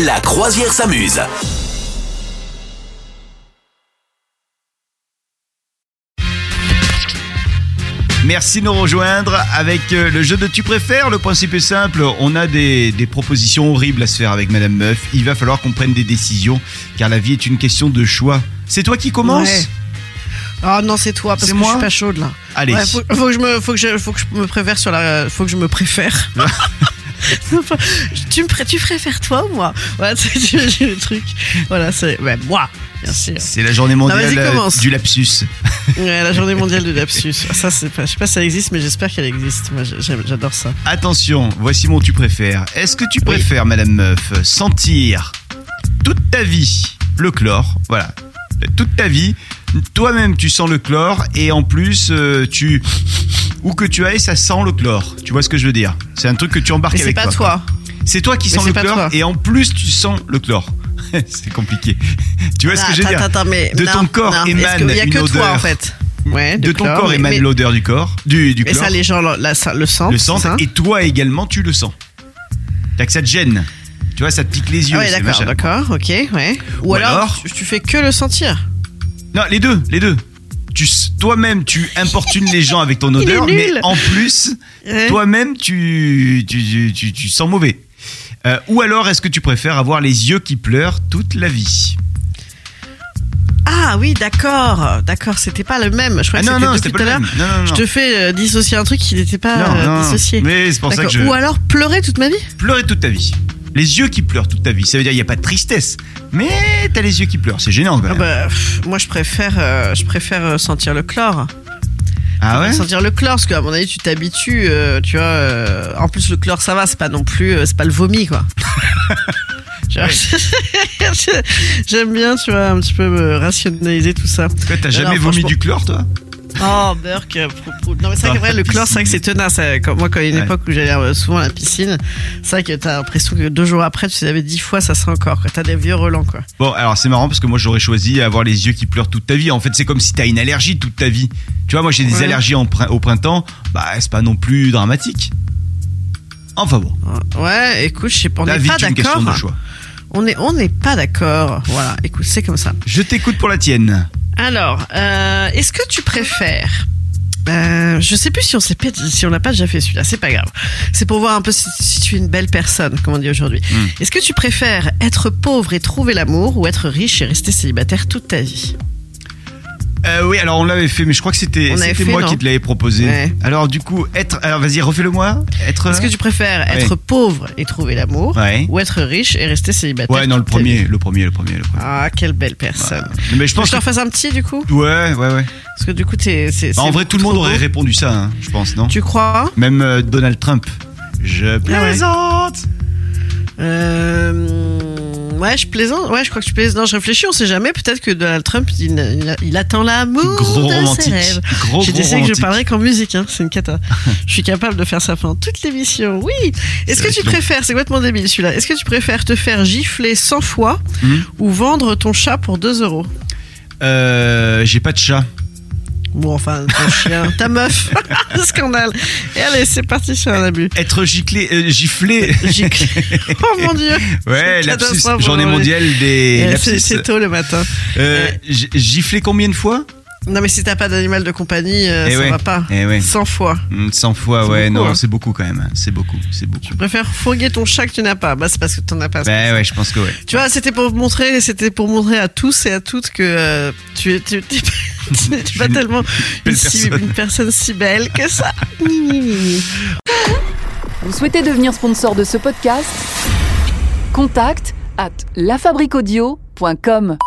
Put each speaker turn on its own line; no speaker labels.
La croisière s'amuse.
Merci de nous rejoindre avec euh, le jeu de tu préfères. Le principe est simple, on a des, des propositions horribles à se faire avec Madame Meuf. Il va falloir qu'on prenne des décisions car la vie est une question de choix. C'est toi qui commence
Ouais. Ah non, c'est toi parce
C'est
que
moi
je suis pas chaude là.
Allez,
Ouais, faut, faut que je me, faut que je, faut que je me préfère sur la, faut que je me préfère. tu me pré- tu préfères toi ou moi Voilà, c'est c'est le truc. Voilà, c'est ouais, moi, bien sûr.
c'est la journée
vas-y,
mondiale euh,
commence.
du lapsus.
Ouais, la journée mondiale du lapsus. Ah, Ça, c'est pas, je sais pas si ça existe, mais j'espère qu'elle existe. Moi, j'ai- j'aime- j'adore ça.
Attention, voici mon tu préfères. Est-ce que tu préfères, Madame Meuf, sentir toute ta vie le chlore Voilà, toute ta vie, toi-même tu sens le chlore et en plus euh, tu... Où que tu ailles, ça sent le chlore. Tu vois ce que je veux dire C'est un truc que tu embarques
Mais c'est
avec
pas
toi.
toi.
C'est toi qui
Mais
sens
c'est
le
pas
chlore
toi.
et en plus tu sens le chlore. c'est compliqué. Tu vois ce que je veux
Attends,
dire
attends, mais
De
non,
ton corps
non,
émane
est-ce que- Il y a
une
que toi
odeur.
en fait. Ouais,
De ton
chlore,
corps
mais-
émane
mais-
l'odeur du corps, du, du
Mais
chlore.
ça, les gens le- là, ça, le sentent. hein.
le
c'est
sens
ça
et toi également tu le sens. T'as que ça te gêne. Tu vois, ça te pique les yeux.
Ah ouais,
c'est
d'accord,
machin.
d'accord, ok, ouais. Ou,
Ou
alors,
alors-
tu, tu fais que le sentir.
Non, les deux, les deux. Tu, s- toi-même, tu importunes les gens avec ton
est
odeur,
nul.
mais en plus,
Ouais.
toi-même, tu, tu, tu, tu- tu sens mauvais. Euh, ou alors, est-ce que tu préfères avoir les yeux qui pleurent toute la vie
Ah oui, d'accord, d'accord, c'était pas le même. Je
Ah
crois que
non,
c'était
non,
depuis
c'était
tout
pas
à
le
l'heure.
même. Non, non,
Je
non.
te fais euh, dissocier un truc qui n'était pas
Non,
euh,
non, non.
dissocié.
Mais c'est pour ça que
D'accord.
je
Ou alors pleurer toute ma vie
pleurer toute ta vie. Les yeux qui pleurent toute ta vie. Ça veut dire il n'y a pas de tristesse. Mais t'as les yeux qui pleurent. C'est gênant quand
Ah
même.
bah, pff, Moi, je préfère, euh, je préfère euh, sentir le chlore.
Ah ouais
Sentir le chlore, parce qu'à mon avis, tu t'habitues, euh, tu vois. euh, en plus, le chlore, ça va, c'est pas non plus, euh, c'est pas le vomi, quoi. Tu vois, J'aime bien, tu vois, un petit peu me rationaliser tout ça.
Quoi, T'as
Non,
jamais
non,
vomi
franchement.
du chlore, toi
Oh, Burke, prou, prou. Non, mais c'est vrai que vrai, le chlore, c'est vrai que c'est tenace. Euh, Quand, moi, quand il y a une
Ouais.
époque où j'allais euh, souvent à la piscine, c'est vrai que t'as l'impression que deux jours après, tu savais dix fois, ça sent encore, quoi. T'as des vieux relents, quoi.
Bon, alors c'est marrant parce que moi j'aurais choisi avoir les yeux qui pleurent toute ta vie. En fait, c'est comme si t'as une allergie toute ta vie. Tu vois, moi j'ai des
Ouais.
allergies en prin- au printemps, bah c'est pas non plus dramatique. Enfin bon,
Ouais, écoute, je sais pas, on
la
n'est
vie
pas
est une question de
d'accord.
choix.
On est, on n'est pas d'accord. Voilà, écoute, c'est comme ça.
Je t'écoute pour la tienne.
Alors, euh, est-ce que tu préfères euh, je sais plus si on s'est pas- si on n'a pas déjà fait celui-là, c'est pas grave. C'est pour voir un peu si, si tu es une belle personne, comme on dit aujourd'hui.
Hmm.
Est-ce que tu préfères être pauvre et trouver l'amour ou être riche et rester célibataire toute ta vie
Euh, oui, alors on l'avait fait, mais je crois que c'était
On avait
c'était
fait,
moi
non
qui te l'avais proposé.
Ouais.
Alors du coup, être. Alors vas-y, refais-le moi. Être.
Est-ce que tu préfères
Ouais.
être pauvre et trouver l'amour
Ouais.
ou être riche et rester célibataire
Ouais, non, le
toute ta
premier,
vie
le premier, le premier, le premier.
Ah, quelle belle personne.
Ouais. Mais je pense
Je pense que
que.
je leur fasse un petit du coup
Ouais, ouais, ouais.
Parce que du coup, t'es. c'est-
Bah, en
c'est
vrai, tout le monde
trop
aurait
beau.
répondu ça, hein, je pense, non
Tu crois
Même euh, Donald Trump. Je
ouais.
plaisante.
Euh, Ouais, je plaisante. Ouais, je crois que tu plaisantes. Non, je réfléchis. On sait jamais. Peut-être que Donald Trump, il, il- il attend l'amour
Gros
de ses
romantique.
rêves.
Gros,
J'ai
gros
décidé que je
romantique.
parlerai qu'en musique. Hein. C'est une cata. je suis capable de faire ça pendant toute l'émission. Oui. Est-ce
va
que tu
être long.
préfères C'est complètement débile celui-là. Est-ce que tu préfères te faire gifler 100 fois
Hmm.
ou vendre ton chat pour 2 euros
Euh, j'ai pas de chat.
Bon, enfin, ton chien, ta meuf. Scandale. Et allez, c'est parti sur un abus.
Être giclé, euh, giflé.
Gicle. oh mon dieu.
Ouais,
C'est
lapsus.
catastrophe,
Journée
vraiment.
mondiale des
Euh,
lapsus.
C'est c'est tôt le matin.
Euh, gi- giflé combien de fois
Non, mais si t'as pas d'animal de compagnie, euh,
Eh
ça
ouais.
va pas.
Eh ouais.
100 fois.
Hmm, 100 fois,
C'est
ouais,
beaucoup,
non,
hein.
c'est beaucoup quand même. hein. C'est beaucoup, c'est beaucoup.
Je préfère fourguer ton chat que tu n'as pas. Bah, c'est parce que t'en as pas.
Bah ouais, je pense que ouais.
Tu vois, c'était pour montrer, c'était pour montrer à tous et à toutes que euh, tu es, tu, tu- tu- tu n'es pas
une
tellement
belle
une, si-
personne.
une personne si belle que ça. Ni, ni, ni, ni.
Vous souhaitez devenir sponsor de ce podcast Contact à lafabriquaudio.com.